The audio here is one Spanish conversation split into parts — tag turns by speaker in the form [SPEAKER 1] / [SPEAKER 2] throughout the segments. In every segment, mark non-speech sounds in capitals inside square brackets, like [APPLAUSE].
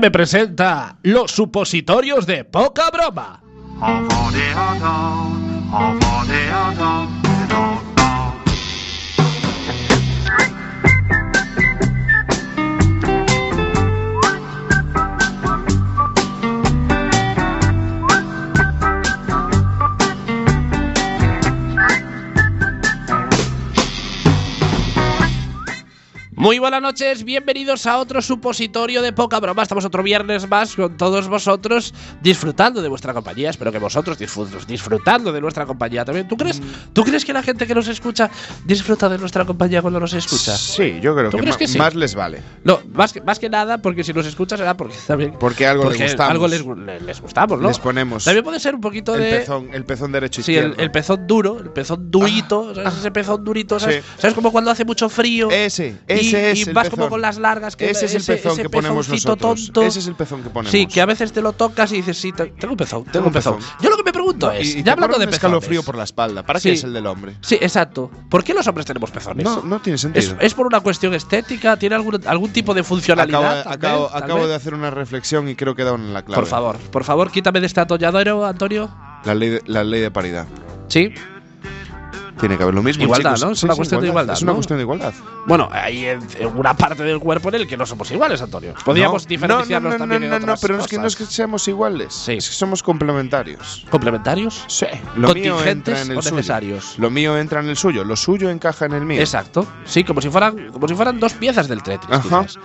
[SPEAKER 1] me presenta los supositorios de poca broma. Muy buenas noches, bienvenidos a otro supositorio de poca broma. Estamos otro viernes más con todos vosotros disfrutando de vuestra compañía. Espero que vosotros disfrut- disfrutando de nuestra compañía también. ¿Tú crees, ¿Tú crees que la gente que nos escucha disfruta de nuestra compañía cuando nos escucha?
[SPEAKER 2] Sí, yo creo
[SPEAKER 1] ¿Tú
[SPEAKER 2] que,
[SPEAKER 1] crees
[SPEAKER 2] ma-
[SPEAKER 1] que sí?
[SPEAKER 2] más les vale.
[SPEAKER 1] No, más que, más que nada porque si nos escucha será porque también
[SPEAKER 2] Porque algo les
[SPEAKER 1] porque
[SPEAKER 2] gustamos.
[SPEAKER 1] algo les, gu- le- les gustamos, ¿no?
[SPEAKER 2] Les ponemos
[SPEAKER 1] También puede ser un poquito
[SPEAKER 2] el
[SPEAKER 1] de
[SPEAKER 2] pezón, el pezón derecho
[SPEAKER 1] Sí, el,
[SPEAKER 2] izquierdo.
[SPEAKER 1] el pezón duro, el pezón durito, ¿sabes? Ese pezón durito, ¿sabes?
[SPEAKER 2] Sí.
[SPEAKER 1] ¿Sabes? Como cuando hace mucho frío.
[SPEAKER 2] Ese,
[SPEAKER 1] y-
[SPEAKER 2] ese es
[SPEAKER 1] Y
[SPEAKER 2] el
[SPEAKER 1] vas
[SPEAKER 2] pezón.
[SPEAKER 1] como con las largas. Que
[SPEAKER 2] ese es el pezón
[SPEAKER 1] ese
[SPEAKER 2] que ponemos
[SPEAKER 1] pezoncito
[SPEAKER 2] nosotros.
[SPEAKER 1] Tonto.
[SPEAKER 2] Ese es el pezón que ponemos.
[SPEAKER 1] Sí, que a veces te lo tocas y dices, sí, te- tengo un pezón, tengo un pezón.
[SPEAKER 2] pezón.
[SPEAKER 1] Yo lo que me pregunto
[SPEAKER 2] No, y-
[SPEAKER 1] es,
[SPEAKER 2] y te
[SPEAKER 1] ya hablando
[SPEAKER 2] corre
[SPEAKER 1] de
[SPEAKER 2] un
[SPEAKER 1] pezones.
[SPEAKER 2] escalofrío por la espalda. ¿Para
[SPEAKER 1] Sí.
[SPEAKER 2] qué es el del hombre?
[SPEAKER 1] Sí, exacto. ¿Por qué los hombres tenemos pezones?
[SPEAKER 2] No, no tiene
[SPEAKER 1] ¿Es,
[SPEAKER 2] sentido.
[SPEAKER 1] es por una cuestión estética? ¿Tiene algún, algún tipo de funcionalidad?
[SPEAKER 2] acabo
[SPEAKER 1] Tal
[SPEAKER 2] acabo-
[SPEAKER 1] vez, tal
[SPEAKER 2] acabo
[SPEAKER 1] vez.
[SPEAKER 2] de hacer una reflexión y creo que he dado en la clave.
[SPEAKER 1] Por favor, por favor, quítame de este atolladero, Antonio.
[SPEAKER 2] La ley de, la ley de paridad.
[SPEAKER 1] Sí.
[SPEAKER 2] Tiene que haber lo mismo.
[SPEAKER 1] Igualdad,
[SPEAKER 2] chicos.
[SPEAKER 1] ¿no? Es una cuestión de igualdad,
[SPEAKER 2] Es una
[SPEAKER 1] ¿no?
[SPEAKER 2] cuestión de igualdad.
[SPEAKER 1] Bueno, hay en- en una parte del cuerpo en el que no somos iguales, Antonio. Podríamos
[SPEAKER 2] No,
[SPEAKER 1] diferenciarnos
[SPEAKER 2] no, no,
[SPEAKER 1] también
[SPEAKER 2] No,
[SPEAKER 1] en
[SPEAKER 2] no, no,
[SPEAKER 1] otras
[SPEAKER 2] pero no es que no es
[SPEAKER 1] cosas.
[SPEAKER 2] que seamos iguales.
[SPEAKER 1] Sí.
[SPEAKER 2] Es que somos complementarios.
[SPEAKER 1] ¿Complementarios?
[SPEAKER 2] Sí.
[SPEAKER 1] ¿Contingentes o
[SPEAKER 2] suyo.
[SPEAKER 1] necesarios?
[SPEAKER 2] Lo mío entra en el suyo, lo suyo encaja en el mío.
[SPEAKER 1] Exacto. Sí, como si fueran, como si fueran dos piezas del Tetris.
[SPEAKER 2] Ajá.
[SPEAKER 1] quizás.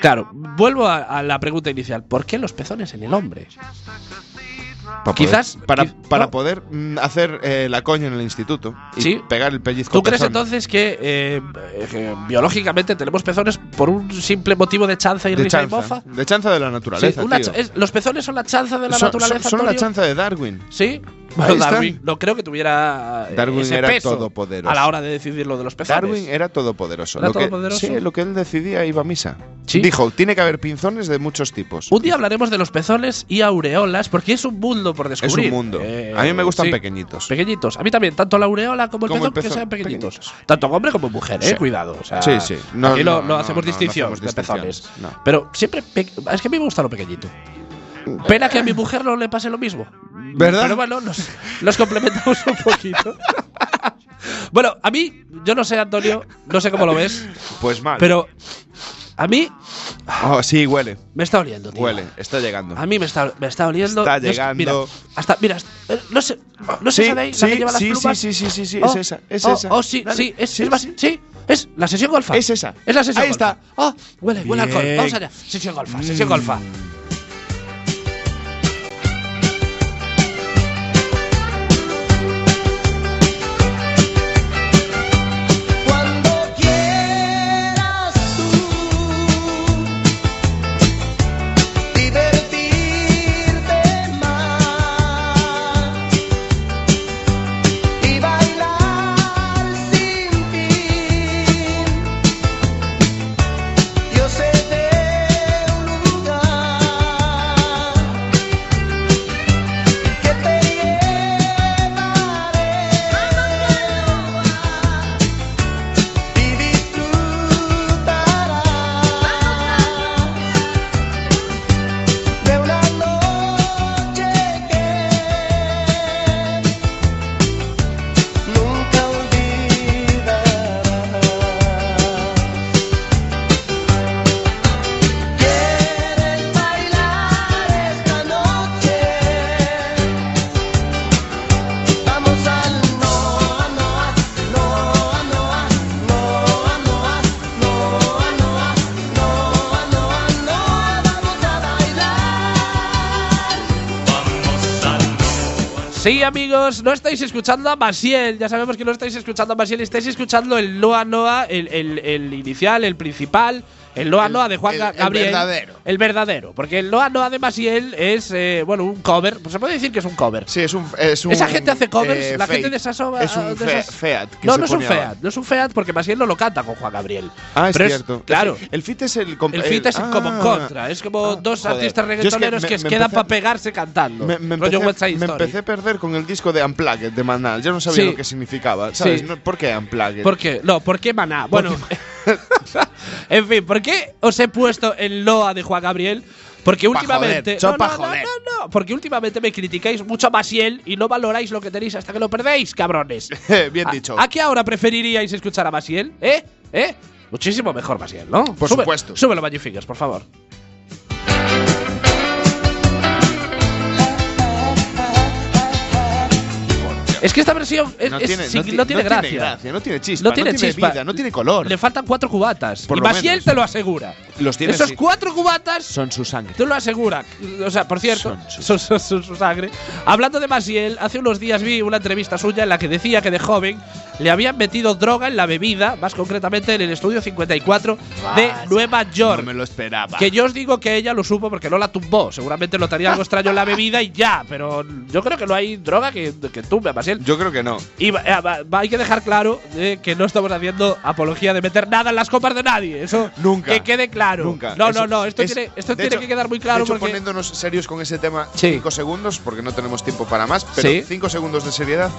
[SPEAKER 1] Claro, vuelvo a, a la pregunta inicial. ¿Por qué los pezones en el hombre?
[SPEAKER 2] Pa poder-
[SPEAKER 1] quizás-
[SPEAKER 2] para,
[SPEAKER 1] quiz-
[SPEAKER 2] para
[SPEAKER 1] no.
[SPEAKER 2] poder mm, hacer eh, la coña en el instituto y
[SPEAKER 1] Sí.
[SPEAKER 2] pegar el pellizco.
[SPEAKER 1] ¿Tú crees
[SPEAKER 2] pezón.
[SPEAKER 1] entonces que, eh, que biológicamente tenemos pezones por un simple motivo de chanza y
[SPEAKER 2] de
[SPEAKER 1] risa y
[SPEAKER 2] chanza,
[SPEAKER 1] mofa?
[SPEAKER 2] de chanza de la
[SPEAKER 1] Sí,
[SPEAKER 2] naturaleza?
[SPEAKER 1] una
[SPEAKER 2] tío.
[SPEAKER 1] cha- es- los pezones son la chanza de la
[SPEAKER 2] Son-
[SPEAKER 1] naturaleza.
[SPEAKER 2] son, son la
[SPEAKER 1] Antonio?
[SPEAKER 2] chanza de Darwin.
[SPEAKER 1] Sí. Bueno,
[SPEAKER 2] está.
[SPEAKER 1] Darwin no creo que tuviera eh,
[SPEAKER 2] Darwin
[SPEAKER 1] ese
[SPEAKER 2] era
[SPEAKER 1] peso
[SPEAKER 2] todopoderoso.
[SPEAKER 1] a la hora de decidir lo de los pezones.
[SPEAKER 2] Darwin era todopoderoso.
[SPEAKER 1] ¿Era
[SPEAKER 2] lo que,
[SPEAKER 1] todopoderoso?
[SPEAKER 2] Sí, lo que él decidía iba a misa.
[SPEAKER 1] Sí.
[SPEAKER 2] Dijo, tiene que haber pinzones de muchos tipos.
[SPEAKER 1] Un día hablaremos de los pezones y aureolas, porque es un mundo por
[SPEAKER 2] es
[SPEAKER 1] descubrir.
[SPEAKER 2] un mundo.
[SPEAKER 1] Eh,
[SPEAKER 2] a mí me gustan
[SPEAKER 1] sí.
[SPEAKER 2] pequeñitos.
[SPEAKER 1] Pequeñitos. A mí también, tanto la aureola como el,
[SPEAKER 2] Como
[SPEAKER 1] pezón,
[SPEAKER 2] el pezón,
[SPEAKER 1] que sean pequeñitos.
[SPEAKER 2] pequeñitos.
[SPEAKER 1] Tanto hombre como mujer, eh.
[SPEAKER 2] Sí.
[SPEAKER 1] Cuidado. O sea,
[SPEAKER 2] Sí, sí.
[SPEAKER 1] No,
[SPEAKER 2] No,
[SPEAKER 1] aquí no,
[SPEAKER 2] no,
[SPEAKER 1] no
[SPEAKER 2] no,
[SPEAKER 1] hacemos
[SPEAKER 2] no, no
[SPEAKER 1] distinción
[SPEAKER 2] hacemos
[SPEAKER 1] de pezones.
[SPEAKER 2] distinciones, no.
[SPEAKER 1] Pero siempre. pe- Es que a mí me gusta lo pequeñito. Pena que a mi mujer no le pase lo mismo.
[SPEAKER 2] ¿Verdad?
[SPEAKER 1] Pero bueno, nos, nos complementamos un poquito.
[SPEAKER 2] [LAUGHS]
[SPEAKER 1] bueno, a mí, yo no sé, Antonio, no sé cómo lo ves,
[SPEAKER 2] Pues mal.
[SPEAKER 1] pero a mí
[SPEAKER 2] Oh, sí, huele.
[SPEAKER 1] me está oliendo, tío.
[SPEAKER 2] Huele. Está llegando.
[SPEAKER 1] A mí me está, me está oliendo.
[SPEAKER 2] Está
[SPEAKER 1] no sé-
[SPEAKER 2] llegando.
[SPEAKER 1] mira, hasta, mira, eh, no sé, no sé,
[SPEAKER 2] sí,
[SPEAKER 1] ¿sabéis?
[SPEAKER 2] sí,
[SPEAKER 1] la que lleva
[SPEAKER 2] sí,
[SPEAKER 1] las plumas.
[SPEAKER 2] sí, sí, sí, sí,
[SPEAKER 1] Oh,
[SPEAKER 2] es esa, es
[SPEAKER 1] oh,
[SPEAKER 2] esa.
[SPEAKER 1] Oh, sí,
[SPEAKER 2] Dale.
[SPEAKER 1] sí, es, es más- sí, es la sesión golfa.
[SPEAKER 2] Es esa.
[SPEAKER 1] Es la sesión
[SPEAKER 2] Ahí
[SPEAKER 1] golfa.
[SPEAKER 2] está.
[SPEAKER 1] Oh, huele, huele a alcohol.
[SPEAKER 2] Bien. Mm.
[SPEAKER 1] Vamos allá. Sesión golfa, sesión golfa.
[SPEAKER 3] Cuando quieras tú divertirte más y bailar sin fin, yo sé de un lugar que te llevaré. Y disfrutarás de una noche que nunca olvidarás. ¿Quieres bailar esta noche? Vamos al Noa, Noa, Noa, Noa, Noa, Noa, Noa, Noa, Noa, Noa, Noa, vamos a bailar.
[SPEAKER 1] Sí, amigos, no estáis escuchando a Masiel. Ya sabemos que no estáis escuchando a Masiel. Estáis escuchando el Noa Noa, el, el- el inicial, el principal. El Noa
[SPEAKER 2] El-
[SPEAKER 1] Noa de Juan
[SPEAKER 2] el-
[SPEAKER 1] Ga-
[SPEAKER 2] el
[SPEAKER 1] Gabriel.
[SPEAKER 2] verdadero.
[SPEAKER 1] El verdadero. Porque el Noa Noa de Masiel es, eh, bueno, un cover. Pues se puede decir que es un cover.
[SPEAKER 2] Sí, es un, es un,
[SPEAKER 1] Esa gente hace covers,
[SPEAKER 2] eh,
[SPEAKER 1] la
[SPEAKER 2] Fate.
[SPEAKER 1] gente de esas obras.
[SPEAKER 2] Es un
[SPEAKER 1] de
[SPEAKER 2] fe-
[SPEAKER 1] esas-
[SPEAKER 2] Feat. que
[SPEAKER 1] no,
[SPEAKER 2] se
[SPEAKER 1] no es un
[SPEAKER 2] ponía abajo.
[SPEAKER 1] Feat, no es un Feat porque Masiel no lo canta con Juan Gabriel.
[SPEAKER 2] Ah, es
[SPEAKER 1] Pero
[SPEAKER 2] cierto.
[SPEAKER 1] claro,
[SPEAKER 2] El fit es el. comp-
[SPEAKER 1] el feat es
[SPEAKER 2] ah.
[SPEAKER 1] como contra, es como
[SPEAKER 2] Ah,
[SPEAKER 1] dos
[SPEAKER 2] joder.
[SPEAKER 1] artistas
[SPEAKER 2] Yo es que
[SPEAKER 1] reggaetoneros
[SPEAKER 2] me-
[SPEAKER 1] que,
[SPEAKER 2] me
[SPEAKER 1] quedan
[SPEAKER 2] empecé-
[SPEAKER 1] para pegarse cantando.
[SPEAKER 2] Me, me
[SPEAKER 1] Rollo
[SPEAKER 2] empecé,
[SPEAKER 1] West Side
[SPEAKER 2] me
[SPEAKER 1] Story.
[SPEAKER 2] empecé a perder con el disco de Unplugged de Manal. Yo no sabía
[SPEAKER 1] Sí.
[SPEAKER 2] lo que significaba. ¿Sabes?
[SPEAKER 1] Sí.
[SPEAKER 2] No- ¿Por qué Unplugged? [LAUGHS]
[SPEAKER 1] ¿Por qué? No, ¿por qué Maná? [LAUGHS] Bueno, en fin, ¿por qué os he puesto el Loa de Juan Gabriel? Porque
[SPEAKER 2] Pa'
[SPEAKER 1] últimamente.
[SPEAKER 2] joder, son
[SPEAKER 1] no,
[SPEAKER 2] pa'
[SPEAKER 1] no, no,
[SPEAKER 2] joder.
[SPEAKER 1] no, no, porque últimamente me criticáis mucho a Masiel y no valoráis lo que tenéis hasta que lo perdéis,
[SPEAKER 2] [LAUGHS]
[SPEAKER 1] cabrones.
[SPEAKER 2] Eh, Bien
[SPEAKER 1] ¿A-
[SPEAKER 2] dicho.
[SPEAKER 1] Ah, ¿A, qué ahora preferiríais escuchar a Masiel? ¿Eh? ¿Eh? Muchísimo mejor Masiel, ¿no?
[SPEAKER 2] Por supuesto.
[SPEAKER 1] Súbelo, Magic Fingers, por favor. Es que esta versión es- es sin-
[SPEAKER 2] ti-
[SPEAKER 1] no tiene gracia.
[SPEAKER 2] no tiene chispa,
[SPEAKER 1] No
[SPEAKER 2] no
[SPEAKER 1] tiene
[SPEAKER 2] tiene,
[SPEAKER 1] chispa.
[SPEAKER 2] vida, no tiene color.
[SPEAKER 1] Le faltan cuatro cubatas.
[SPEAKER 2] Por
[SPEAKER 1] y
[SPEAKER 2] lo
[SPEAKER 1] Masiel
[SPEAKER 2] menos.
[SPEAKER 1] te lo asegura.
[SPEAKER 2] Los tiene
[SPEAKER 1] Esos
[SPEAKER 2] sí.
[SPEAKER 1] cuatro cubatas
[SPEAKER 2] Son su sangre.
[SPEAKER 1] te lo asegura. O sea, por cierto,
[SPEAKER 2] Son
[SPEAKER 1] son,
[SPEAKER 2] su-
[SPEAKER 1] son- son su sangre. Hablando de Masiel, hace unos días vi una entrevista suya en la que decía que de joven le habían metido droga en la bebida, más concretamente en el estudio 54 de Nueva York.
[SPEAKER 2] No me lo esperaba.
[SPEAKER 1] Que yo os digo que ella lo supo porque no la tumbó. Seguramente lo tenía algo extraño en la bebida y ya. Pero yo creo que no hay droga que, que tumbe a Masiel.
[SPEAKER 2] Yo creo que no.
[SPEAKER 1] Y va- eh, va- va- hay que dejar claro eh, que no estamos haciendo apología de meter nada en las copas de nadie. Eso
[SPEAKER 2] Nunca.
[SPEAKER 1] que quede claro.
[SPEAKER 2] Nunca.
[SPEAKER 1] No,
[SPEAKER 2] Eso
[SPEAKER 1] no, no. Esto
[SPEAKER 2] es-
[SPEAKER 1] tiene, esto
[SPEAKER 2] de
[SPEAKER 1] tiene
[SPEAKER 2] hecho-
[SPEAKER 1] que quedar muy claro
[SPEAKER 2] de hecho,
[SPEAKER 1] porque.
[SPEAKER 2] poniéndonos serios con ese tema,
[SPEAKER 1] Sí.
[SPEAKER 2] cinco segundos, porque no tenemos tiempo para más, pero
[SPEAKER 1] Sí.
[SPEAKER 2] cinco segundos de seriedad,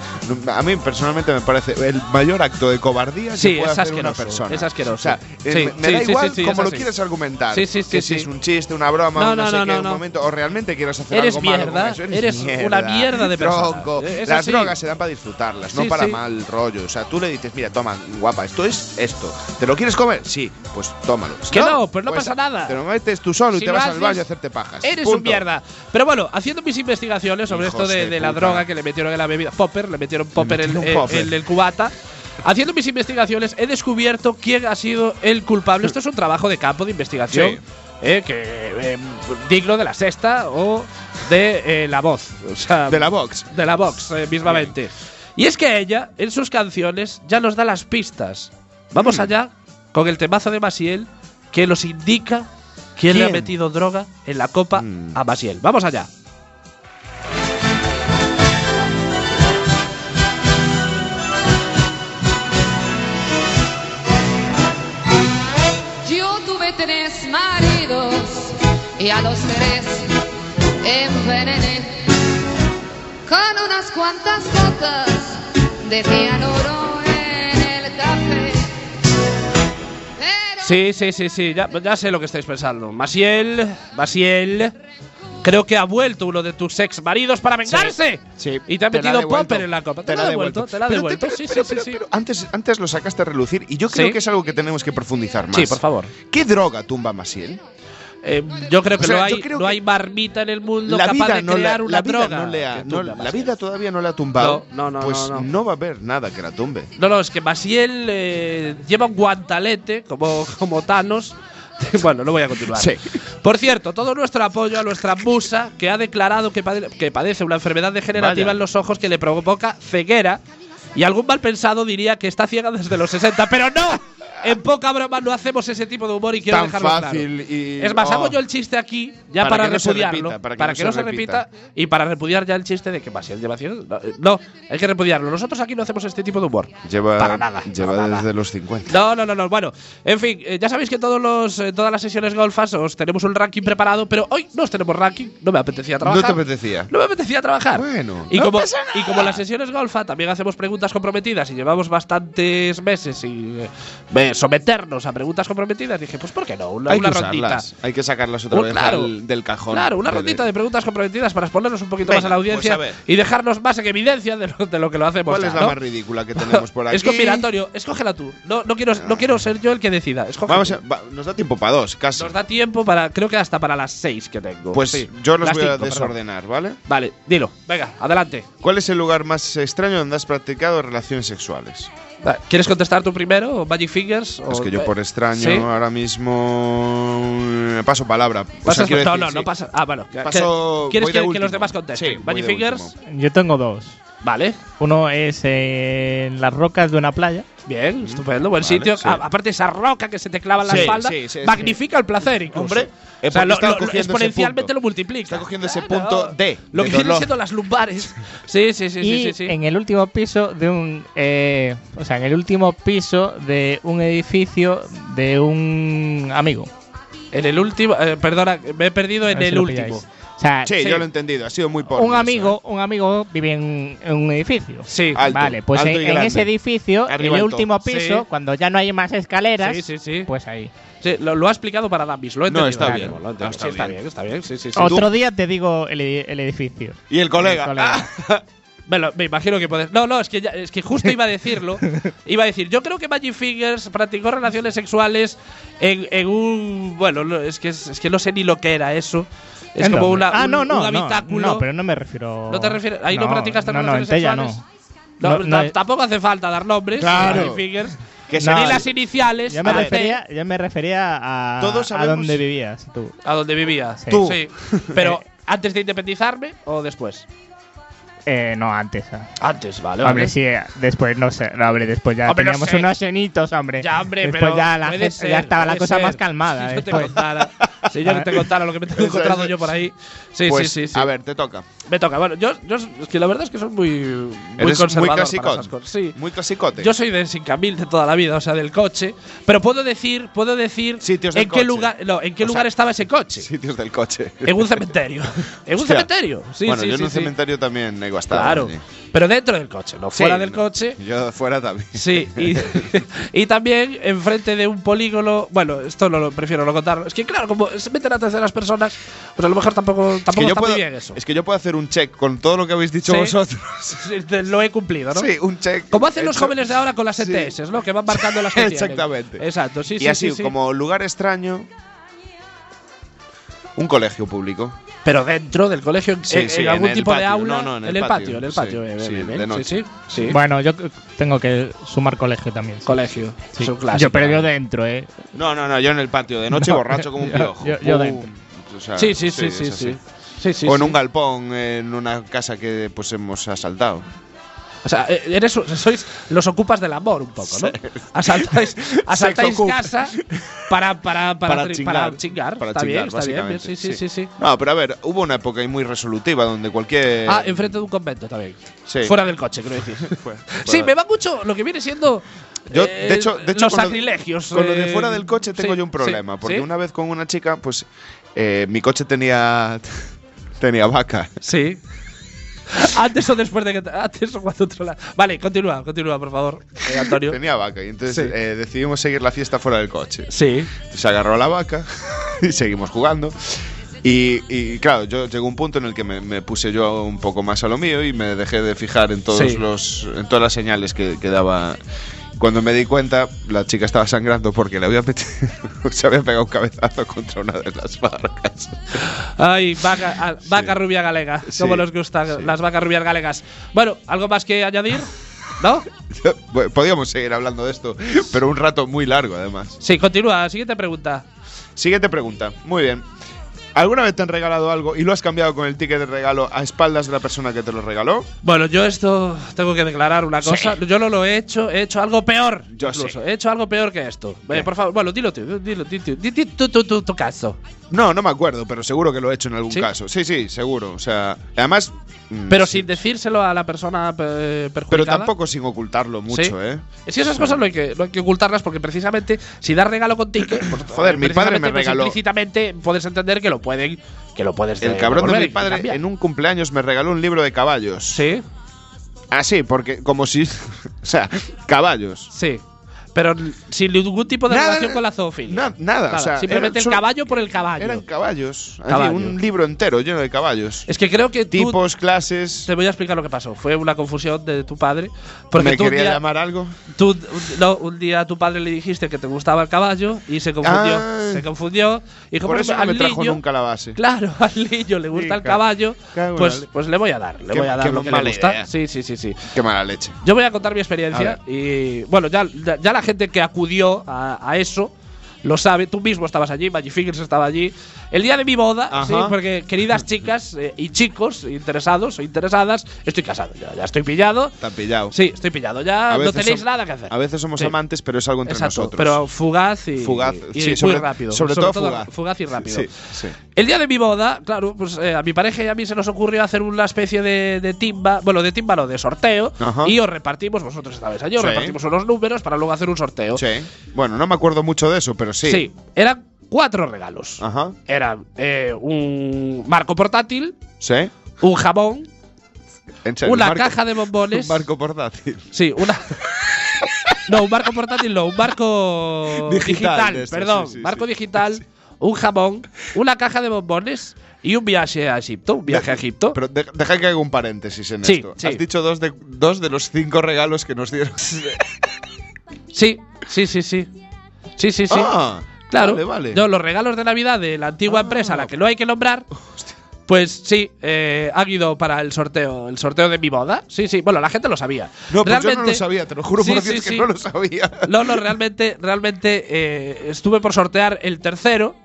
[SPEAKER 2] a mí personalmente me parece el mayor acto de cobardía
[SPEAKER 1] Sí,
[SPEAKER 2] que puede
[SPEAKER 1] es
[SPEAKER 2] hacer una
[SPEAKER 1] asqueroso,
[SPEAKER 2] persona.
[SPEAKER 1] es asqueroso.
[SPEAKER 2] O sea, eh,
[SPEAKER 1] Sí,
[SPEAKER 2] me- me
[SPEAKER 1] sí,
[SPEAKER 2] da
[SPEAKER 1] sí,
[SPEAKER 2] igual
[SPEAKER 1] sí, sí,
[SPEAKER 2] como
[SPEAKER 1] es
[SPEAKER 2] lo
[SPEAKER 1] así.
[SPEAKER 2] quieras argumentar.
[SPEAKER 1] Sí, sí, sí,
[SPEAKER 2] que
[SPEAKER 1] sí.
[SPEAKER 2] si es un chiste, una broma,
[SPEAKER 1] No,
[SPEAKER 2] un no,
[SPEAKER 1] no,
[SPEAKER 2] sé
[SPEAKER 1] no,
[SPEAKER 2] qué,
[SPEAKER 1] no,
[SPEAKER 2] un
[SPEAKER 1] no.
[SPEAKER 2] momento, o realmente quieras hacer
[SPEAKER 1] Eres
[SPEAKER 2] algo malo
[SPEAKER 1] mierda,
[SPEAKER 2] con eso, eres,
[SPEAKER 1] eres una mierda de persona.
[SPEAKER 2] Tronco.
[SPEAKER 1] Es
[SPEAKER 2] Las
[SPEAKER 1] así.
[SPEAKER 2] drogas se dan para disfrutarlas,
[SPEAKER 1] Sí,
[SPEAKER 2] no para
[SPEAKER 1] sí.
[SPEAKER 2] mal rollo. O sea, tú le dices, mira, toma, guapa, esto es esto. ¿Te lo quieres comer? Sí, pues tómalo.
[SPEAKER 1] Que no, pues no pasa nada.
[SPEAKER 2] Te lo metes tú
[SPEAKER 1] Si
[SPEAKER 2] solo y te
[SPEAKER 1] lo
[SPEAKER 2] vas al
[SPEAKER 1] haces,
[SPEAKER 2] baño a hacerte pajas.
[SPEAKER 1] Eres un
[SPEAKER 2] Punto.
[SPEAKER 1] mierda. Pero bueno, haciendo mis investigaciones sobre
[SPEAKER 2] Hijos
[SPEAKER 1] esto de,
[SPEAKER 2] de
[SPEAKER 1] de la
[SPEAKER 2] puta.
[SPEAKER 1] droga que le metieron en la bebida, Popper, le metieron Popper en-
[SPEAKER 2] metieron
[SPEAKER 1] en-
[SPEAKER 2] popper.
[SPEAKER 1] en el cubata. Haciendo mis investigaciones he descubierto quién ha sido el culpable. Esto es un trabajo de campo de investigación
[SPEAKER 2] Sí.
[SPEAKER 1] eh, que, eh, digno de la sexta o de eh, la voz. O sea,
[SPEAKER 2] De la box.
[SPEAKER 1] de la Vox, eh, mismamente. Y es que ella, en sus canciones, ya nos da las pistas. Vamos
[SPEAKER 2] Mm.
[SPEAKER 1] allá con el temazo de Masiel que nos indica quién, le ha
[SPEAKER 2] ¿Quién?
[SPEAKER 1] metido droga en la copa
[SPEAKER 2] Mm.
[SPEAKER 1] a Masiel. Vamos allá.
[SPEAKER 4] Yo tuve tres maridos y a los tres envenené con unas cuantas gotas de cianuro en el café. Pero
[SPEAKER 1] Sí, sí, sí, sí, ya, ya sé lo que estáis pensando. Masiel, Masiel, creo que ha vuelto uno de tus ex maridos para vengarse.
[SPEAKER 2] Sí.
[SPEAKER 1] Y te ha
[SPEAKER 2] la
[SPEAKER 1] metido
[SPEAKER 2] ha devuelto.
[SPEAKER 1] Popper en la copa. Te, la ha devuelto, te la ha
[SPEAKER 2] Pero
[SPEAKER 1] devuelto.
[SPEAKER 2] pero-
[SPEAKER 1] sí,
[SPEAKER 2] pero-
[SPEAKER 1] sí,
[SPEAKER 2] pero-
[SPEAKER 1] sí, sí.
[SPEAKER 2] pero antes, antes lo sacaste a relucir y yo creo
[SPEAKER 1] Sí.
[SPEAKER 2] que es algo que tenemos que profundizar más.
[SPEAKER 1] Sí, por favor.
[SPEAKER 2] ¿Qué droga tumba Masiel?
[SPEAKER 1] Eh, yo creo que
[SPEAKER 2] O sea,
[SPEAKER 1] no,
[SPEAKER 2] yo
[SPEAKER 1] hay,
[SPEAKER 2] creo
[SPEAKER 1] no
[SPEAKER 2] que
[SPEAKER 1] hay marmita en el mundo capaz de
[SPEAKER 2] no le-
[SPEAKER 1] crear una
[SPEAKER 2] la vida
[SPEAKER 1] droga.
[SPEAKER 2] no le ha-
[SPEAKER 1] que
[SPEAKER 2] no-
[SPEAKER 1] tumbe a
[SPEAKER 2] la
[SPEAKER 1] Masiel.
[SPEAKER 2] vida todavía no la ha tumbado.
[SPEAKER 1] No, no, no,
[SPEAKER 2] Pues
[SPEAKER 1] no,
[SPEAKER 2] no,
[SPEAKER 1] no.
[SPEAKER 2] va a haber nada que la tumbe.
[SPEAKER 1] No, no, es que Masiel eh, lleva un guantalete como, como Thanos. [LAUGHS] bueno, no voy a continuar.
[SPEAKER 2] Sí.
[SPEAKER 1] Por cierto, todo nuestro apoyo a nuestra musa que ha declarado que, pade- que padece una enfermedad degenerativa
[SPEAKER 2] Vaya.
[SPEAKER 1] en los ojos que le provoca ceguera. Y algún mal pensado diría que está ciega desde los 60, pero no. En poca broma no hacemos ese tipo de humor y quiero
[SPEAKER 2] Tan
[SPEAKER 1] dejarlo
[SPEAKER 2] fácil
[SPEAKER 1] claro.
[SPEAKER 2] y-
[SPEAKER 1] es más, hago
[SPEAKER 2] oh.
[SPEAKER 1] yo el chiste aquí ya para,
[SPEAKER 2] Para que no se
[SPEAKER 1] repudiarlo,
[SPEAKER 2] repita,
[SPEAKER 1] para que, no se, repita. y para repudiar ya el chiste de que Masiel lleva ciego. No, eh, No, hay que repudiarlo. Nosotros aquí no hacemos este tipo de humor.
[SPEAKER 2] Lleva,
[SPEAKER 1] para nada.
[SPEAKER 2] lleva
[SPEAKER 1] para nada.
[SPEAKER 2] desde los 50.
[SPEAKER 1] No, no, no, no. Bueno, en fin, eh, ya sabéis que todos los, eh, todas las sesiones golfas os tenemos un ranking preparado, pero hoy no os tenemos ranking. No me apetecía trabajar.
[SPEAKER 2] No te apetecía.
[SPEAKER 1] No me apetecía trabajar.
[SPEAKER 2] Bueno,
[SPEAKER 1] y
[SPEAKER 2] no
[SPEAKER 1] como,
[SPEAKER 2] pasa nada.
[SPEAKER 1] Y como en las sesiones golfa también hacemos preguntas comprometidas y llevamos bastantes meses sin eh, eh, someternos a preguntas comprometidas, dije, pues ¿por qué no? Una,
[SPEAKER 2] Hay
[SPEAKER 1] una
[SPEAKER 2] que
[SPEAKER 1] rondita.
[SPEAKER 2] usarlas. Hay que sacarlas otra
[SPEAKER 1] Un-
[SPEAKER 2] vez
[SPEAKER 1] claro,
[SPEAKER 2] al- del cajón.
[SPEAKER 1] Claro, una
[SPEAKER 2] De-
[SPEAKER 1] rondita de preguntas comprometidas para exponernos un poquito
[SPEAKER 2] Venga,
[SPEAKER 1] más a la audiencia
[SPEAKER 2] pues a ver.
[SPEAKER 1] y dejarnos más en evidencia de lo, de lo que lo hacemos.
[SPEAKER 2] ¿Cuál
[SPEAKER 1] ya,
[SPEAKER 2] es la
[SPEAKER 1] ¿no?
[SPEAKER 2] más ridícula que tenemos
[SPEAKER 1] [LAUGHS]
[SPEAKER 2] por aquí?
[SPEAKER 1] Es combinatorio, escógela tú. No, no, quiero, no quiero ser yo el que decida. escógela
[SPEAKER 2] Vamos
[SPEAKER 1] tú.
[SPEAKER 2] a- va- nos da tiempo para dos, casi.
[SPEAKER 1] Nos da tiempo para, creo que hasta para las seis que tengo.
[SPEAKER 2] Pues
[SPEAKER 1] Sí,
[SPEAKER 2] yo los
[SPEAKER 1] las
[SPEAKER 2] voy a
[SPEAKER 1] cinco, perdón.
[SPEAKER 2] desordenar, ¿vale?
[SPEAKER 1] Vale, dilo. Venga, adelante.
[SPEAKER 2] ¿Cuál es el lugar más extraño donde has practicado relaciones sexuales?
[SPEAKER 1] Va, ¿Quieres contestar tú primero, o Magic Fingers? o-
[SPEAKER 2] es que yo por extraño
[SPEAKER 1] Oh, eh, ¿Sí?
[SPEAKER 2] ahora mismo eh, paso palabra. O sea,
[SPEAKER 1] Pasas-
[SPEAKER 2] quiero
[SPEAKER 1] no,
[SPEAKER 2] decir,
[SPEAKER 1] no, no
[SPEAKER 2] sí.
[SPEAKER 1] pasa. Ah, bueno. que-
[SPEAKER 2] Paso-
[SPEAKER 1] ¿Quieres
[SPEAKER 2] voy de
[SPEAKER 1] que, que
[SPEAKER 2] último.
[SPEAKER 1] los demás contesten?
[SPEAKER 2] Sí, voy
[SPEAKER 1] Magic
[SPEAKER 2] de
[SPEAKER 1] Fingers.
[SPEAKER 2] último.
[SPEAKER 5] Yo tengo dos.
[SPEAKER 1] Vale,
[SPEAKER 5] Uno es eh, en las rocas de una playa.
[SPEAKER 1] bien, estupendo, buen
[SPEAKER 2] Mm, Vale,
[SPEAKER 1] sitio.
[SPEAKER 2] sí.
[SPEAKER 1] A- aparte, esa roca que se te clava en la
[SPEAKER 2] Sí,
[SPEAKER 1] espalda
[SPEAKER 2] sí, sí, sí.
[SPEAKER 1] magnifica el placer, incluso.
[SPEAKER 2] Hombre, eh,
[SPEAKER 1] o sea,
[SPEAKER 2] porque
[SPEAKER 1] lo,
[SPEAKER 2] está
[SPEAKER 1] lo- lo
[SPEAKER 2] cogiendo ese
[SPEAKER 1] exponencialmente
[SPEAKER 2] punto.
[SPEAKER 1] lo multiplica.
[SPEAKER 2] Está cogiendo ese punto D,
[SPEAKER 1] Lo
[SPEAKER 2] de
[SPEAKER 1] que vienen
[SPEAKER 2] dolor.
[SPEAKER 1] siendo las
[SPEAKER 2] [LAUGHS]
[SPEAKER 1] lumbares. Sí, sí, sí,
[SPEAKER 5] y
[SPEAKER 1] sí, sí, sí.
[SPEAKER 5] en el último piso de un. eh, o sea, en el último piso de un edificio de un amigo.
[SPEAKER 1] En el último, eh, perdona, me he perdido
[SPEAKER 5] A
[SPEAKER 1] en
[SPEAKER 5] ver si
[SPEAKER 1] el
[SPEAKER 5] lo
[SPEAKER 1] último.
[SPEAKER 5] pilláis. O sea,
[SPEAKER 2] Sí,
[SPEAKER 5] sí,
[SPEAKER 2] yo lo he entendido. Ha sido muy pobre.
[SPEAKER 5] un amigo, un amigo vive en, en un edificio.
[SPEAKER 1] Sí.
[SPEAKER 2] Alto,
[SPEAKER 5] vale, pues
[SPEAKER 2] alto
[SPEAKER 5] en,
[SPEAKER 2] y
[SPEAKER 5] en
[SPEAKER 2] grande.
[SPEAKER 5] ese edificio,
[SPEAKER 2] Arriba
[SPEAKER 5] en el
[SPEAKER 2] alto.
[SPEAKER 5] último piso,
[SPEAKER 1] Sí.
[SPEAKER 5] cuando ya no hay más escaleras,
[SPEAKER 1] Sí, sí, sí.
[SPEAKER 5] pues ahí.
[SPEAKER 1] Sí, lo, lo ha explicado para Damis, lo he
[SPEAKER 2] No,
[SPEAKER 1] entendido.
[SPEAKER 2] está
[SPEAKER 1] Lo
[SPEAKER 2] bien,
[SPEAKER 1] entiendo, lo entiendo.
[SPEAKER 2] está
[SPEAKER 1] Sí, está
[SPEAKER 2] bien.
[SPEAKER 1] bien, está bien, sí, sí, sí.
[SPEAKER 5] Otro día te digo el, edi- el edificio.
[SPEAKER 2] Y el colega.
[SPEAKER 5] El colega.
[SPEAKER 2] Ah,
[SPEAKER 1] Me, lo- me imagino que poder. No, no, es que, ya- es que justo iba a
[SPEAKER 5] [LAUGHS]
[SPEAKER 1] decirlo. iba a decir, yo creo que Magic Fingers practicó relaciones sexuales en, en un. Bueno, no, es, que es, es que no sé ni lo que era eso. Es
[SPEAKER 5] ¿En
[SPEAKER 1] como
[SPEAKER 5] dónde?
[SPEAKER 1] una,
[SPEAKER 5] ah,
[SPEAKER 1] un,
[SPEAKER 5] no, no,
[SPEAKER 1] un
[SPEAKER 5] no,
[SPEAKER 1] habitáculo.
[SPEAKER 5] No, pero no me refiero.
[SPEAKER 1] ¿No te refieres? Ahí no, practicaste
[SPEAKER 5] no, no, en
[SPEAKER 1] relaciones
[SPEAKER 5] Tella
[SPEAKER 1] sexuales.
[SPEAKER 5] no.
[SPEAKER 1] No,
[SPEAKER 5] No, eh. no,
[SPEAKER 1] t- tampoco hace falta dar nombres.
[SPEAKER 2] Claro.
[SPEAKER 1] Magic Fingers. ni
[SPEAKER 2] que
[SPEAKER 5] No,
[SPEAKER 2] sería
[SPEAKER 1] las iniciales.
[SPEAKER 5] Yo me,
[SPEAKER 1] a ver,
[SPEAKER 5] refería, yo me refería a,
[SPEAKER 2] Todos
[SPEAKER 5] a
[SPEAKER 2] sabemos-
[SPEAKER 5] dónde vivías tú.
[SPEAKER 1] A donde vivía.
[SPEAKER 5] Sí.
[SPEAKER 2] Tú.
[SPEAKER 1] Sí.
[SPEAKER 5] [LAUGHS]
[SPEAKER 1] Pero antes de independizarme o después.
[SPEAKER 5] Eh, no, antes. ah.
[SPEAKER 1] Antes, vale.
[SPEAKER 5] Hombre, sí, eh, después no sé. No, hombre, después ya
[SPEAKER 1] Hombre, no
[SPEAKER 5] teníamos
[SPEAKER 1] sé.
[SPEAKER 5] unos cenitos, hombre.
[SPEAKER 1] Ya, hombre,
[SPEAKER 5] después
[SPEAKER 1] pero
[SPEAKER 5] ya, la
[SPEAKER 1] puede
[SPEAKER 5] gente-
[SPEAKER 1] ser,
[SPEAKER 5] ya estaba la
[SPEAKER 1] puede
[SPEAKER 5] cosa
[SPEAKER 1] ser.
[SPEAKER 5] más calmada. ¿eh? Pues-
[SPEAKER 1] Si yo te
[SPEAKER 5] después.
[SPEAKER 1] contara, si yo te contara lo que me
[SPEAKER 2] [LAUGHS]
[SPEAKER 1] tengo encontrado yo por ahí. Sí,
[SPEAKER 2] Pues,
[SPEAKER 1] sí, sí, sí.
[SPEAKER 2] A ver, te toca.
[SPEAKER 1] Me toca. Bueno, yo, yo es que la verdad es que soy muy, muy
[SPEAKER 2] Eres
[SPEAKER 1] conservador para
[SPEAKER 2] clasicón.
[SPEAKER 1] esas cosas. Sí.
[SPEAKER 2] Muy clasicote.
[SPEAKER 1] Yo soy de 50.000 de toda la vida, o sea, del coche. Pero puedo decir, puedo decir
[SPEAKER 2] Sitios del
[SPEAKER 1] en qué
[SPEAKER 2] coche.
[SPEAKER 1] lugar, no, en qué
[SPEAKER 2] O sea,
[SPEAKER 1] lugar estaba ese coche.
[SPEAKER 2] [LAUGHS] Sitios del coche.
[SPEAKER 1] En un cementerio. [LAUGHS] en un
[SPEAKER 2] Hostia.
[SPEAKER 1] cementerio. Sí,
[SPEAKER 2] bueno,
[SPEAKER 1] sí,
[SPEAKER 2] yo
[SPEAKER 1] sí,
[SPEAKER 2] en un
[SPEAKER 1] sí.
[SPEAKER 2] cementerio también he gastado.
[SPEAKER 1] Claro.
[SPEAKER 2] sí.
[SPEAKER 1] Pero dentro del coche, no fuera
[SPEAKER 2] Sí,
[SPEAKER 1] del
[SPEAKER 2] no.
[SPEAKER 1] coche.
[SPEAKER 2] Yo fuera también.
[SPEAKER 1] Sí, y, [LAUGHS] y también enfrente de un polígono. Bueno, esto no lo prefiero no contarlo. Es que, claro, como se meten a terceras personas, pues a lo mejor tampoco,
[SPEAKER 2] Es
[SPEAKER 1] tampoco
[SPEAKER 2] que, yo
[SPEAKER 1] está muy
[SPEAKER 2] puedo,
[SPEAKER 1] bien eso.
[SPEAKER 2] es que yo puedo hacer un check con todo lo que habéis dicho
[SPEAKER 1] Sí.
[SPEAKER 2] vosotros.
[SPEAKER 1] [LAUGHS] Sí, te- Lo he cumplido, ¿no?
[SPEAKER 2] Sí, un check.
[SPEAKER 1] Como hacen los
[SPEAKER 2] hecho.
[SPEAKER 1] jóvenes de ahora con las
[SPEAKER 2] Sí.
[SPEAKER 1] ETS, ¿no? Que van marcando
[SPEAKER 2] [LAUGHS]
[SPEAKER 1] las que tienen.
[SPEAKER 2] Exactamente.
[SPEAKER 1] Exacto, sí,
[SPEAKER 2] y
[SPEAKER 1] sí.
[SPEAKER 2] así,
[SPEAKER 1] sí, sí.
[SPEAKER 2] como lugar extraño, un colegio público.
[SPEAKER 1] Pero dentro del colegio, en-
[SPEAKER 2] Sí,
[SPEAKER 1] en,
[SPEAKER 2] sí,
[SPEAKER 1] en
[SPEAKER 2] en
[SPEAKER 1] algún
[SPEAKER 2] el
[SPEAKER 1] tipo de
[SPEAKER 2] patio.
[SPEAKER 1] aula.
[SPEAKER 2] No, no, en el patio,
[SPEAKER 1] en el
[SPEAKER 2] sí,
[SPEAKER 1] patio. eh,
[SPEAKER 2] sí,
[SPEAKER 1] bien,
[SPEAKER 2] de
[SPEAKER 1] bien,
[SPEAKER 2] noche.
[SPEAKER 1] sí, sí, sí.
[SPEAKER 5] Bueno, yo c- tengo que sumar colegio también. sí.
[SPEAKER 1] colegio.
[SPEAKER 5] Sí.
[SPEAKER 1] Es un clásico.
[SPEAKER 5] Yo, pero yo dentro, ¿eh?
[SPEAKER 2] No, no, no, yo en el patio,
[SPEAKER 1] [LAUGHS]
[SPEAKER 2] de noche borracho como un
[SPEAKER 5] yo-
[SPEAKER 2] piojo.
[SPEAKER 5] yo- yo
[SPEAKER 2] Pum.
[SPEAKER 5] dentro.
[SPEAKER 2] O sea,
[SPEAKER 1] Sí, sí, sí,
[SPEAKER 2] es
[SPEAKER 1] sí,
[SPEAKER 2] así.
[SPEAKER 1] sí. Sí, sí,
[SPEAKER 2] o en
[SPEAKER 1] sí.
[SPEAKER 2] un galpón, en una casa que pues hemos asaltado.
[SPEAKER 1] O sea, eh, eres, sois los ocupas del amor un poco, ¿no?
[SPEAKER 2] [LAUGHS]
[SPEAKER 1] Asaltáis, asaltáis
[SPEAKER 2] Sexocup.
[SPEAKER 1] casa para, para, para, tri- para chingar.
[SPEAKER 2] Para
[SPEAKER 1] está
[SPEAKER 2] chingar,
[SPEAKER 1] bien, está bien. bien,
[SPEAKER 2] básicamente,
[SPEAKER 1] Sí, sí, sí. sí.
[SPEAKER 2] No, pero a ver, hubo una época ahí muy resolutiva donde cualquier.
[SPEAKER 1] Ah,
[SPEAKER 2] [LAUGHS]
[SPEAKER 1] enfrente de un convento también.
[SPEAKER 2] Eh, Sí.
[SPEAKER 1] Fuera del coche, creo
[SPEAKER 2] [LAUGHS]
[SPEAKER 1] decir.
[SPEAKER 2] Fuera-
[SPEAKER 1] sí,
[SPEAKER 2] fuera.
[SPEAKER 1] me va mucho lo que viene siendo.
[SPEAKER 2] Yo,
[SPEAKER 1] eh,
[SPEAKER 2] de hecho, de hecho
[SPEAKER 1] los
[SPEAKER 2] con lo-
[SPEAKER 1] sacrilegios.
[SPEAKER 2] con lo de
[SPEAKER 1] eh,
[SPEAKER 2] fuera del coche tengo
[SPEAKER 1] sí,
[SPEAKER 2] yo un problema.
[SPEAKER 1] sí,
[SPEAKER 2] porque
[SPEAKER 1] sí,
[SPEAKER 2] una vez con una chica, pues eh, mi coche tenía. [LAUGHS] tenía vaca.
[SPEAKER 1] Sí. [LAUGHS] antes o después de que. te- Antes o cuando otro lado. Vale, continúa, continúa, por favor, eh, Antonio.
[SPEAKER 2] [LAUGHS] Tenía vaca. Y entonces
[SPEAKER 1] Sí.
[SPEAKER 2] eh, decidimos seguir la fiesta fuera del coche.
[SPEAKER 1] Sí.
[SPEAKER 2] Se agarró a la vaca [LAUGHS] y seguimos jugando. Y, y, claro, yo llegó un punto en el que me, me puse yo un poco más a lo mío y me dejé de fijar en todos
[SPEAKER 1] Sí.
[SPEAKER 2] los en todas las señales que, que daba. Cuando me di cuenta, la chica estaba sangrando porque le había metido- [LAUGHS] se había pegado un cabezazo contra una de las barcas. [LAUGHS]
[SPEAKER 1] Ay, vaca, ah, vaca rubia galega.
[SPEAKER 2] Sí,
[SPEAKER 1] Como nos gustan
[SPEAKER 2] sí.
[SPEAKER 1] las vacas rubias galegas. Bueno, ¿algo más que añadir? ¿No?
[SPEAKER 2] Bueno, Podíamos seguir hablando de esto, pero un rato muy largo además.
[SPEAKER 1] Sí, continúa. Siguiente pregunta.
[SPEAKER 2] Siguiente pregunta. Muy bien. ¿Alguna vez te han regalado algo y lo has cambiado con el ticket de regalo a espaldas de la persona que te lo regaló?
[SPEAKER 1] Bueno, yo esto tengo que declarar una cosa. Yo no lo he hecho, he hecho algo peor.
[SPEAKER 2] Yo
[SPEAKER 1] incluso.
[SPEAKER 2] sí.
[SPEAKER 1] He hecho algo peor que esto. Eh,
[SPEAKER 2] ¿Qué?
[SPEAKER 1] por favor, bueno, dilo tú. Dilo, di- di- di- di- tú, tú, tú, tu caso.
[SPEAKER 2] No, no me acuerdo, pero seguro que lo he hecho en algún
[SPEAKER 1] ¿Sí?
[SPEAKER 2] caso. Sí, sí, seguro. O sea, además. mm,
[SPEAKER 1] Pero
[SPEAKER 2] sí.
[SPEAKER 1] sin decírselo a la persona eh,
[SPEAKER 2] Pero
[SPEAKER 1] perjudicada.
[SPEAKER 2] tampoco sin ocultarlo mucho,
[SPEAKER 1] Sí.
[SPEAKER 2] ¿eh?
[SPEAKER 1] Es que esas cosas no hay que, no hay que ocultarlas porque precisamente si das regalo con ticket, pues,
[SPEAKER 2] [LAUGHS] Joder, mi padre
[SPEAKER 1] precisamente,
[SPEAKER 2] me
[SPEAKER 1] pues,
[SPEAKER 2] regaló-
[SPEAKER 1] implícitamente puedes entender que lo pueden, que lo puedes.
[SPEAKER 2] El
[SPEAKER 1] eh,
[SPEAKER 2] cabrón de
[SPEAKER 1] devolver
[SPEAKER 2] mi
[SPEAKER 1] y
[SPEAKER 2] padre
[SPEAKER 1] cambiar.
[SPEAKER 2] en un cumpleaños me regaló un libro de caballos.
[SPEAKER 1] Sí,
[SPEAKER 2] Ah, sí, porque como si. [LAUGHS] o sea, caballos.
[SPEAKER 1] sí. Pero sin ningún tipo de
[SPEAKER 2] Nada,
[SPEAKER 1] relación con la zoofilia.
[SPEAKER 2] na- nada, o sea,
[SPEAKER 1] simplemente
[SPEAKER 2] eran
[SPEAKER 1] el
[SPEAKER 2] solo-
[SPEAKER 1] caballo por el caballo.
[SPEAKER 2] Eran caballos. Allí,
[SPEAKER 1] Caballo.
[SPEAKER 2] un libro entero lleno de caballos.
[SPEAKER 1] Es que creo que tú
[SPEAKER 2] Tipos, clases.
[SPEAKER 1] Te voy a explicar lo que pasó. Fue una confusión de tu padre. Porque
[SPEAKER 2] ¿Me
[SPEAKER 1] tú, un
[SPEAKER 2] quería
[SPEAKER 1] día,
[SPEAKER 2] llamar algo?
[SPEAKER 1] tú- un- no, un día a tu padre le dijiste que te gustaba el caballo y se confundió.
[SPEAKER 2] Ah.
[SPEAKER 1] se confundió. Y como
[SPEAKER 2] Por eso no
[SPEAKER 1] al
[SPEAKER 2] me trajo
[SPEAKER 1] niño-
[SPEAKER 2] nunca la base.
[SPEAKER 1] Claro, [LAUGHS] al niño le gusta el
[SPEAKER 2] ca-
[SPEAKER 1] caballo.
[SPEAKER 2] cago en
[SPEAKER 1] Pues,
[SPEAKER 2] la-
[SPEAKER 1] pues le voy a dar. Le
[SPEAKER 2] Qué-
[SPEAKER 1] voy a dar
[SPEAKER 2] qué
[SPEAKER 1] lo que le
[SPEAKER 2] mala
[SPEAKER 1] gusta.
[SPEAKER 2] idea.
[SPEAKER 1] Sí, sí, sí, sí.
[SPEAKER 2] Qué mala leche.
[SPEAKER 1] Yo voy a contar mi experiencia
[SPEAKER 2] A
[SPEAKER 1] y bueno, ya, ya, ya la gente que acudió a, a eso lo sabe. Tú mismo estabas allí, Magic Fingers estaba allí. El día de mi boda,
[SPEAKER 2] Ajá.
[SPEAKER 1] sí, porque queridas chicas eh, y chicos interesados o interesadas, estoy casado, ya, ya estoy pillado.
[SPEAKER 2] Te han pillado.
[SPEAKER 1] Sí, estoy pillado, ya
[SPEAKER 2] A
[SPEAKER 1] no
[SPEAKER 2] veces
[SPEAKER 1] tenéis
[SPEAKER 2] som-
[SPEAKER 1] nada que hacer.
[SPEAKER 2] A veces somos
[SPEAKER 1] Sí.
[SPEAKER 2] amantes, pero es algo entre
[SPEAKER 1] Exacto,
[SPEAKER 2] nosotros.
[SPEAKER 1] pero fugaz y,
[SPEAKER 2] Fugaz,
[SPEAKER 1] y
[SPEAKER 2] sí,
[SPEAKER 1] muy
[SPEAKER 2] sobre-
[SPEAKER 1] rápido.
[SPEAKER 2] sobre todo fugaz.
[SPEAKER 1] y rápido.
[SPEAKER 2] Sí, sí.
[SPEAKER 1] El día de mi boda, claro, pues eh, a mi pareja y a mí se nos ocurrió hacer una especie de, de timba, bueno, de timba no, de sorteo,
[SPEAKER 2] Ajá.
[SPEAKER 1] y os repartimos, vosotros estabais allí, os
[SPEAKER 2] Sí.
[SPEAKER 1] repartimos unos números para luego hacer un sorteo.
[SPEAKER 2] Sí. Ah. Bueno, no me acuerdo mucho de eso, pero sí.
[SPEAKER 1] eran cuatro regalos.
[SPEAKER 2] Ajá.
[SPEAKER 1] Eran eh, un marco portátil,
[SPEAKER 2] ¿Sí?
[SPEAKER 1] un jabón,
[SPEAKER 2] En serio,
[SPEAKER 1] una
[SPEAKER 2] marco-
[SPEAKER 1] caja de bombones.
[SPEAKER 2] [LAUGHS] Un barco portátil.
[SPEAKER 1] Sí, una. [LAUGHS] no, un barco portátil, no, un barco
[SPEAKER 2] Digital,
[SPEAKER 1] digital,
[SPEAKER 2] de estos,
[SPEAKER 1] perdón,
[SPEAKER 2] sí, sí,
[SPEAKER 1] barco
[SPEAKER 2] sí.
[SPEAKER 1] digital, un jamón, una caja de bombones y un viaje a Egipto, un viaje a Egipto.
[SPEAKER 2] Pero de- deja que haga un paréntesis en
[SPEAKER 1] Sí,
[SPEAKER 2] esto.
[SPEAKER 1] sí.
[SPEAKER 2] Has dicho dos de, dos de los cinco regalos que nos dieron.
[SPEAKER 1] Sí, sí, sí, sí. Sí, sí, sí.
[SPEAKER 2] [LAUGHS] Ah,
[SPEAKER 1] claro.
[SPEAKER 2] Vale, vale.
[SPEAKER 1] No, los regalos de Navidad de la antigua
[SPEAKER 2] Ah.
[SPEAKER 1] empresa, a la que no hay que nombrar. Pues sí, eh, ha ido para el sorteo, el sorteo de mi boda. Sí, sí, bueno, la gente lo sabía.
[SPEAKER 2] No, pues yo no
[SPEAKER 1] Realmente-
[SPEAKER 2] lo sabía, te lo juro por
[SPEAKER 1] Sí,
[SPEAKER 2] Dios
[SPEAKER 1] sí,
[SPEAKER 2] que
[SPEAKER 1] sí.
[SPEAKER 2] no lo sabía. [LAUGHS]
[SPEAKER 1] No, no, realmente, realmente eh, estuve por sortear el tercero,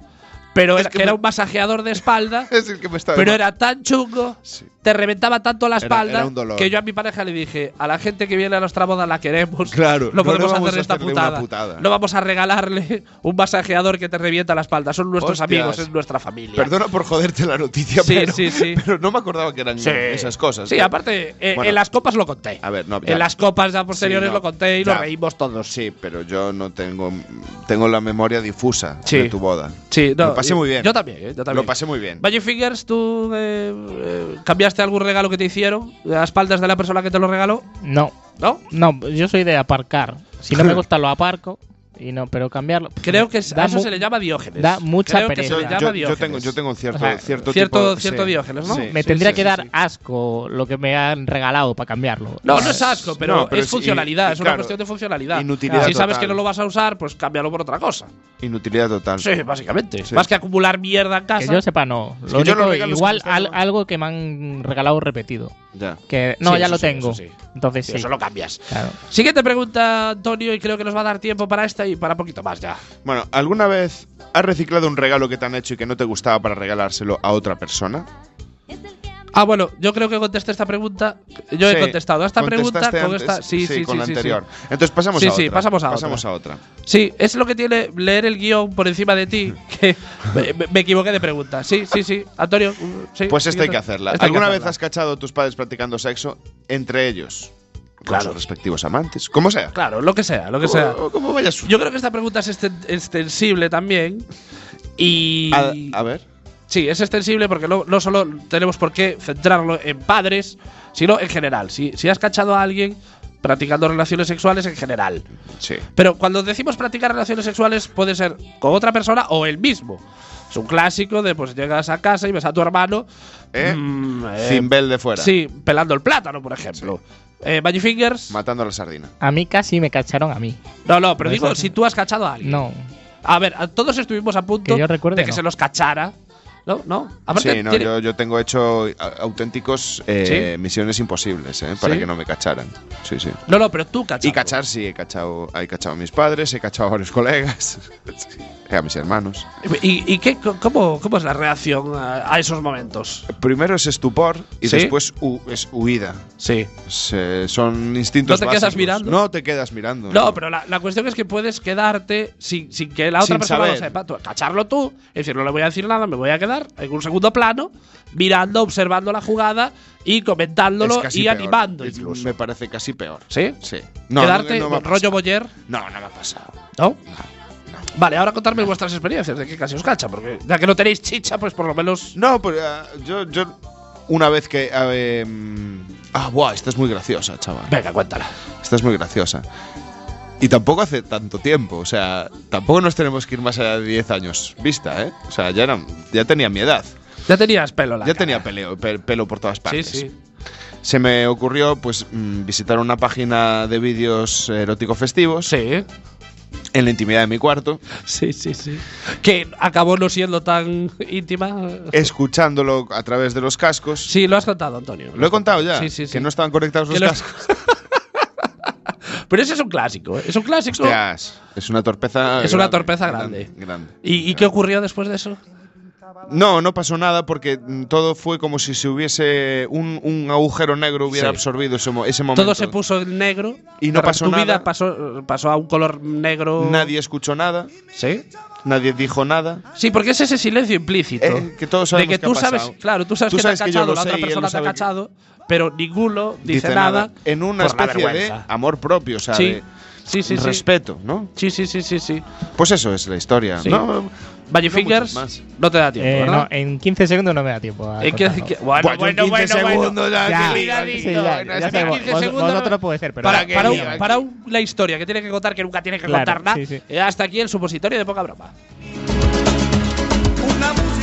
[SPEAKER 1] pero
[SPEAKER 2] Es
[SPEAKER 1] era,
[SPEAKER 2] que
[SPEAKER 1] era
[SPEAKER 2] me-
[SPEAKER 1] un masajeador de espalda,
[SPEAKER 2] [LAUGHS] Es el que me estaba.
[SPEAKER 1] pero era tan chungo,
[SPEAKER 2] Sí.
[SPEAKER 1] te reventaba tanto la
[SPEAKER 2] Era-
[SPEAKER 1] espalda
[SPEAKER 2] era un dolor.
[SPEAKER 1] que yo a mi pareja le dije, a la gente que viene a nuestra boda la queremos,
[SPEAKER 2] Claro, no
[SPEAKER 1] no
[SPEAKER 2] le
[SPEAKER 1] podemos
[SPEAKER 2] vamos
[SPEAKER 1] hacer
[SPEAKER 2] a
[SPEAKER 1] esta
[SPEAKER 2] hacerle una
[SPEAKER 1] putada.
[SPEAKER 2] putada.
[SPEAKER 1] no vamos a regalarle un masajeador que te revienta la espalda, son nuestros
[SPEAKER 2] Hostias.
[SPEAKER 1] amigos, es nuestra familia.
[SPEAKER 2] Perdona por joderte la noticia,
[SPEAKER 1] Sí,
[SPEAKER 2] pero,
[SPEAKER 1] sí, sí.
[SPEAKER 2] [LAUGHS] pero no me acordaba que eran
[SPEAKER 1] Sí.
[SPEAKER 2] esas cosas.
[SPEAKER 1] Sí,
[SPEAKER 2] Que-
[SPEAKER 1] aparte, eh,
[SPEAKER 2] Bueno.
[SPEAKER 1] en las copas lo conté.
[SPEAKER 2] A ver, no, ya.
[SPEAKER 1] en las copas ya posteriores
[SPEAKER 2] Sí, no,
[SPEAKER 1] lo conté y
[SPEAKER 2] ya.
[SPEAKER 1] nos reímos todos.
[SPEAKER 2] Sí, pero yo no tengo. Tengo la memoria difusa
[SPEAKER 1] Sí.
[SPEAKER 2] de tu boda.
[SPEAKER 1] Sí, no,
[SPEAKER 2] Lo pasé muy bien.
[SPEAKER 1] Yo también, ¿eh? yo también.
[SPEAKER 2] Lo pasé muy bien.
[SPEAKER 1] Magic Fingers, ¿tú eh, eh, cambiaste algún regalo que te hicieron a espaldas de la persona que te lo regaló?
[SPEAKER 5] No,
[SPEAKER 1] ¿No?
[SPEAKER 5] no, yo soy de aparcar. Si no
[SPEAKER 1] [LAUGHS]
[SPEAKER 5] me gusta, lo aparco. Y no, pero cambiarlo. pff,
[SPEAKER 1] Creo que es-
[SPEAKER 5] da
[SPEAKER 1] a eso
[SPEAKER 5] mu-
[SPEAKER 1] se le llama Diógenes.
[SPEAKER 5] da mucha
[SPEAKER 1] Creo que
[SPEAKER 5] pereza.
[SPEAKER 1] se le
[SPEAKER 2] yo,
[SPEAKER 1] llama
[SPEAKER 2] yo- yo
[SPEAKER 1] Diógenes.
[SPEAKER 2] tengo, yo tengo cierto,
[SPEAKER 5] O sea,
[SPEAKER 2] cierto,
[SPEAKER 1] cierto-
[SPEAKER 2] tipo-
[SPEAKER 1] cierto Diógenes, ¿no?
[SPEAKER 5] Me
[SPEAKER 2] sí,
[SPEAKER 5] tendría
[SPEAKER 2] sí,
[SPEAKER 5] que
[SPEAKER 2] sí,
[SPEAKER 5] dar
[SPEAKER 2] sí.
[SPEAKER 5] asco lo que me han regalado para cambiarlo.
[SPEAKER 1] No, no es asco, pero,
[SPEAKER 2] No, pero
[SPEAKER 1] es
[SPEAKER 2] sí,
[SPEAKER 1] funcionalidad,
[SPEAKER 2] y-
[SPEAKER 1] es una
[SPEAKER 2] claro,
[SPEAKER 1] cuestión de funcionalidad.
[SPEAKER 2] inutilidad
[SPEAKER 1] si sabes
[SPEAKER 2] total.
[SPEAKER 1] que no lo vas a usar, pues cámbialo por otra cosa.
[SPEAKER 2] Inutilidad total.
[SPEAKER 1] Sí, básicamente.
[SPEAKER 2] Sí.
[SPEAKER 1] Más que acumular mierda en
[SPEAKER 5] Que
[SPEAKER 1] casa.
[SPEAKER 5] yo sepa, no.
[SPEAKER 2] que
[SPEAKER 5] Lo
[SPEAKER 2] yo
[SPEAKER 5] único,
[SPEAKER 2] los regalos que
[SPEAKER 5] igual
[SPEAKER 2] me están
[SPEAKER 5] al-
[SPEAKER 2] dando-
[SPEAKER 5] algo que me han regalado repetido.
[SPEAKER 2] Ya.
[SPEAKER 5] Que no,
[SPEAKER 1] Sí,
[SPEAKER 5] ya
[SPEAKER 1] eso
[SPEAKER 5] lo
[SPEAKER 1] sí,
[SPEAKER 5] tengo.
[SPEAKER 1] eso sí.
[SPEAKER 5] Entonces
[SPEAKER 1] Sí,
[SPEAKER 5] sí.
[SPEAKER 1] Eso lo cambias.
[SPEAKER 5] claro.
[SPEAKER 1] Siguiente pregunta, Antonio, y creo que nos va a dar tiempo para esta y para poquito más ya.
[SPEAKER 2] Bueno, ¿alguna vez has reciclado un regalo que te han hecho y que no te gustaba para regalárselo a otra persona?
[SPEAKER 1] Ah, bueno, yo creo que contesté esta pregunta. Yo he
[SPEAKER 2] Sí,
[SPEAKER 1] contestado a esta pregunta
[SPEAKER 2] contestaste
[SPEAKER 1] con
[SPEAKER 2] antes,
[SPEAKER 1] esta. Sí, sí, sí.
[SPEAKER 2] con la
[SPEAKER 1] sí, sí.
[SPEAKER 2] anterior. Entonces pasamos
[SPEAKER 1] Sí,
[SPEAKER 2] a otra.
[SPEAKER 1] sí, pasamos a otra. Sí, es lo que tiene leer el guión por encima de ti.
[SPEAKER 2] [LAUGHS]
[SPEAKER 1] Que me, me- me equivoqué de pregunta. Sí, sí, sí. Antonio, mm, sí,
[SPEAKER 2] Pues esta hay
[SPEAKER 1] siguiente.
[SPEAKER 2] que hacerla.
[SPEAKER 1] Esta hay que
[SPEAKER 2] ¿Alguna vez
[SPEAKER 1] hacerla.
[SPEAKER 2] has cachado a tus padres practicando sexo entre ellos? Con
[SPEAKER 1] Claro.
[SPEAKER 2] sus respectivos amantes. Como sea.
[SPEAKER 1] Claro, lo que sea, lo que sea.
[SPEAKER 2] Como, como vaya su-
[SPEAKER 1] Yo creo que esta pregunta es exten- extensible también. Y.
[SPEAKER 2] a, a ver.
[SPEAKER 1] Sí, es extensible porque no, no solo tenemos por qué centrarlo en padres, sino en general. Si, si has cachado a alguien practicando relaciones sexuales en general.
[SPEAKER 2] Sí.
[SPEAKER 1] Pero cuando decimos practicar relaciones sexuales puede ser con otra persona o el mismo. Es un clásico de pues llegas a casa y ves a tu hermano
[SPEAKER 2] ¿Eh?
[SPEAKER 1] mm, eh,
[SPEAKER 2] Cimbel de fuera.
[SPEAKER 1] sí, pelando el plátano, por ejemplo. Eh, Magic Fingers.
[SPEAKER 2] Matando a la sardina.
[SPEAKER 5] A mí casi me cacharon a mí.
[SPEAKER 1] No, no, pero
[SPEAKER 5] No es
[SPEAKER 1] digo
[SPEAKER 5] así.
[SPEAKER 1] si tú has cachado a alguien.
[SPEAKER 5] No.
[SPEAKER 1] A ver, a- todos estuvimos a punto
[SPEAKER 5] Que yo recuerde,
[SPEAKER 1] de que
[SPEAKER 5] no.
[SPEAKER 1] se los cachara. No, no. Aparte,
[SPEAKER 2] sí, no,
[SPEAKER 1] tiene-
[SPEAKER 2] yo, yo tengo hecho a- auténticos eh, misiones imposibles, eh, para
[SPEAKER 1] ¿Sí?
[SPEAKER 2] que no me cacharan. Sí, sí.
[SPEAKER 1] no, no, pero tú cachas.
[SPEAKER 2] Y cachar sí, he cachado, he cachado a mis padres, he cachado a varios colegas, [LAUGHS] sí, eh, a mis hermanos.
[SPEAKER 1] ¿Y, y qué, co- cómo, cómo es la reacción a, a esos momentos?
[SPEAKER 2] Primero es estupor y
[SPEAKER 1] ¿Sí?
[SPEAKER 2] después hu- es huida.
[SPEAKER 1] Sí.
[SPEAKER 2] Se- son instintos
[SPEAKER 1] ¿No te quedas
[SPEAKER 2] básicos.
[SPEAKER 1] mirando?
[SPEAKER 2] No te quedas mirando.
[SPEAKER 1] No, pero la, la cuestión es que puedes quedarte sin, sin que la otra
[SPEAKER 2] Sin
[SPEAKER 1] persona lo
[SPEAKER 2] saber.
[SPEAKER 1] sepa. Tú, cacharlo tú, es decir, no le voy a decir nada, me voy a quedar en un segundo plano, mirando, observando la jugada y
[SPEAKER 2] Es
[SPEAKER 1] comentándolo
[SPEAKER 2] casi
[SPEAKER 1] y
[SPEAKER 2] peor.
[SPEAKER 1] animando
[SPEAKER 2] Es-
[SPEAKER 1] incluso.
[SPEAKER 2] Me parece casi peor.
[SPEAKER 1] ¿Sí?
[SPEAKER 2] Sí. No,
[SPEAKER 1] Quedarte
[SPEAKER 2] no, no me ha
[SPEAKER 1] rollo Boyer,
[SPEAKER 2] pasado. No, no me ha pasado.
[SPEAKER 1] ¿no? Vale, ahora contadme vuestras experiencias de que casi os cacha, porque ya que no tenéis chicha, pues por lo menos.
[SPEAKER 2] No, pero ah, yo, yo una vez que ah, em, ah, buah, esta es muy graciosa, chaval.
[SPEAKER 1] Venga, cuéntala.
[SPEAKER 2] Esta es muy graciosa. Y tampoco hace tanto tiempo, o sea, tampoco nos tenemos que ir más allá de 10 años vista, ¿eh? O sea, ya, era- ya tenía mi edad,
[SPEAKER 1] Ya tenías pelo, en la
[SPEAKER 2] ya
[SPEAKER 1] cara.
[SPEAKER 2] tenía peleo, pe- pelo por todas
[SPEAKER 1] Sí,
[SPEAKER 2] partes.
[SPEAKER 1] sí.
[SPEAKER 2] Se me ocurrió, pues, mm, visitar una página de vídeos erótico-festivos
[SPEAKER 1] Sí.
[SPEAKER 2] en la intimidad de mi
[SPEAKER 1] [LAUGHS]
[SPEAKER 2] cuarto,
[SPEAKER 1] Sí, sí, sí. Que acabó no siendo tan íntima.
[SPEAKER 2] escuchándolo a través de los cascos.
[SPEAKER 1] Sí, lo has contado, Antonio.
[SPEAKER 2] Lo he contado ya,
[SPEAKER 1] Sí, sí, sí.
[SPEAKER 2] que no estaban conectados los
[SPEAKER 1] Que los-
[SPEAKER 2] cascos.
[SPEAKER 1] [LAUGHS] Pero ese es un clásico, ¿eh? es un clásico.
[SPEAKER 2] Hostias, es una torpeza.
[SPEAKER 1] Es una
[SPEAKER 2] grande,
[SPEAKER 1] torpeza grande.
[SPEAKER 2] grande.
[SPEAKER 1] ¿Y, y qué ocurrió después de eso?
[SPEAKER 2] No, no pasó nada porque mm, todo fue como si se hubiese un, un agujero negro hubiera
[SPEAKER 1] Sí.
[SPEAKER 2] absorbido ese, mo- ese momento.
[SPEAKER 1] Todo se puso en negro.
[SPEAKER 2] Y no
[SPEAKER 1] Pero
[SPEAKER 2] pasó
[SPEAKER 1] tu vida
[SPEAKER 2] nada.
[SPEAKER 1] pasó, pasó a un color negro.
[SPEAKER 2] Nadie escuchó nada,
[SPEAKER 1] ¿Sí?
[SPEAKER 2] nadie dijo nada.
[SPEAKER 1] Sí, porque es ese silencio implícito.
[SPEAKER 2] Eh, que todos sabemos
[SPEAKER 1] de que
[SPEAKER 2] qué
[SPEAKER 1] tú
[SPEAKER 2] ha
[SPEAKER 1] sabes,
[SPEAKER 2] pasado.
[SPEAKER 1] claro, tú sabes
[SPEAKER 2] Tú
[SPEAKER 1] que
[SPEAKER 2] sabes
[SPEAKER 1] te ha
[SPEAKER 2] que yo
[SPEAKER 1] cachado,
[SPEAKER 2] lo
[SPEAKER 1] la otra
[SPEAKER 2] sé y él
[SPEAKER 1] persona te
[SPEAKER 2] lo
[SPEAKER 1] ha
[SPEAKER 2] sabe que-
[SPEAKER 1] cachado, pero ninguno dice, nada.
[SPEAKER 2] En una
[SPEAKER 1] por la
[SPEAKER 2] especie de
[SPEAKER 1] vergüenza.
[SPEAKER 2] amor propio, o sea,
[SPEAKER 1] Sí.
[SPEAKER 2] de,
[SPEAKER 1] Sí, sí, sí.
[SPEAKER 2] respeto, ¿no?
[SPEAKER 1] Sí, sí, sí, sí, sí.
[SPEAKER 2] Pues eso es la historia.
[SPEAKER 1] Sí.
[SPEAKER 2] ¿no? No
[SPEAKER 1] Valle
[SPEAKER 2] muchas
[SPEAKER 1] Fingers
[SPEAKER 2] más.
[SPEAKER 1] no te da tiempo,
[SPEAKER 5] Eh,
[SPEAKER 1] ¿verdad?
[SPEAKER 5] no, en 15 segundos no me da tiempo. a
[SPEAKER 1] Eh, que-
[SPEAKER 5] contarlo.
[SPEAKER 1] que- bueno,
[SPEAKER 2] Bueno,
[SPEAKER 1] bueno,
[SPEAKER 2] en 15
[SPEAKER 1] bueno, bueno.
[SPEAKER 2] segundos ya,
[SPEAKER 5] Ya,
[SPEAKER 2] que
[SPEAKER 1] liga,
[SPEAKER 5] sí,
[SPEAKER 1] liga,
[SPEAKER 5] ya,
[SPEAKER 1] bueno,
[SPEAKER 5] ya
[SPEAKER 1] es que
[SPEAKER 5] sabemos.
[SPEAKER 1] 15
[SPEAKER 5] Vos-
[SPEAKER 1] segundos-
[SPEAKER 5] vosotros puede ser, pero
[SPEAKER 1] Para,
[SPEAKER 2] que
[SPEAKER 1] para un-
[SPEAKER 2] diga.
[SPEAKER 1] para un- la historia que tiene que contar, que nunca tiene que
[SPEAKER 5] Claro,
[SPEAKER 1] contar nada.
[SPEAKER 5] sí, sí.
[SPEAKER 1] eh, hasta aquí el supositorio de poca broma.
[SPEAKER 3] Una música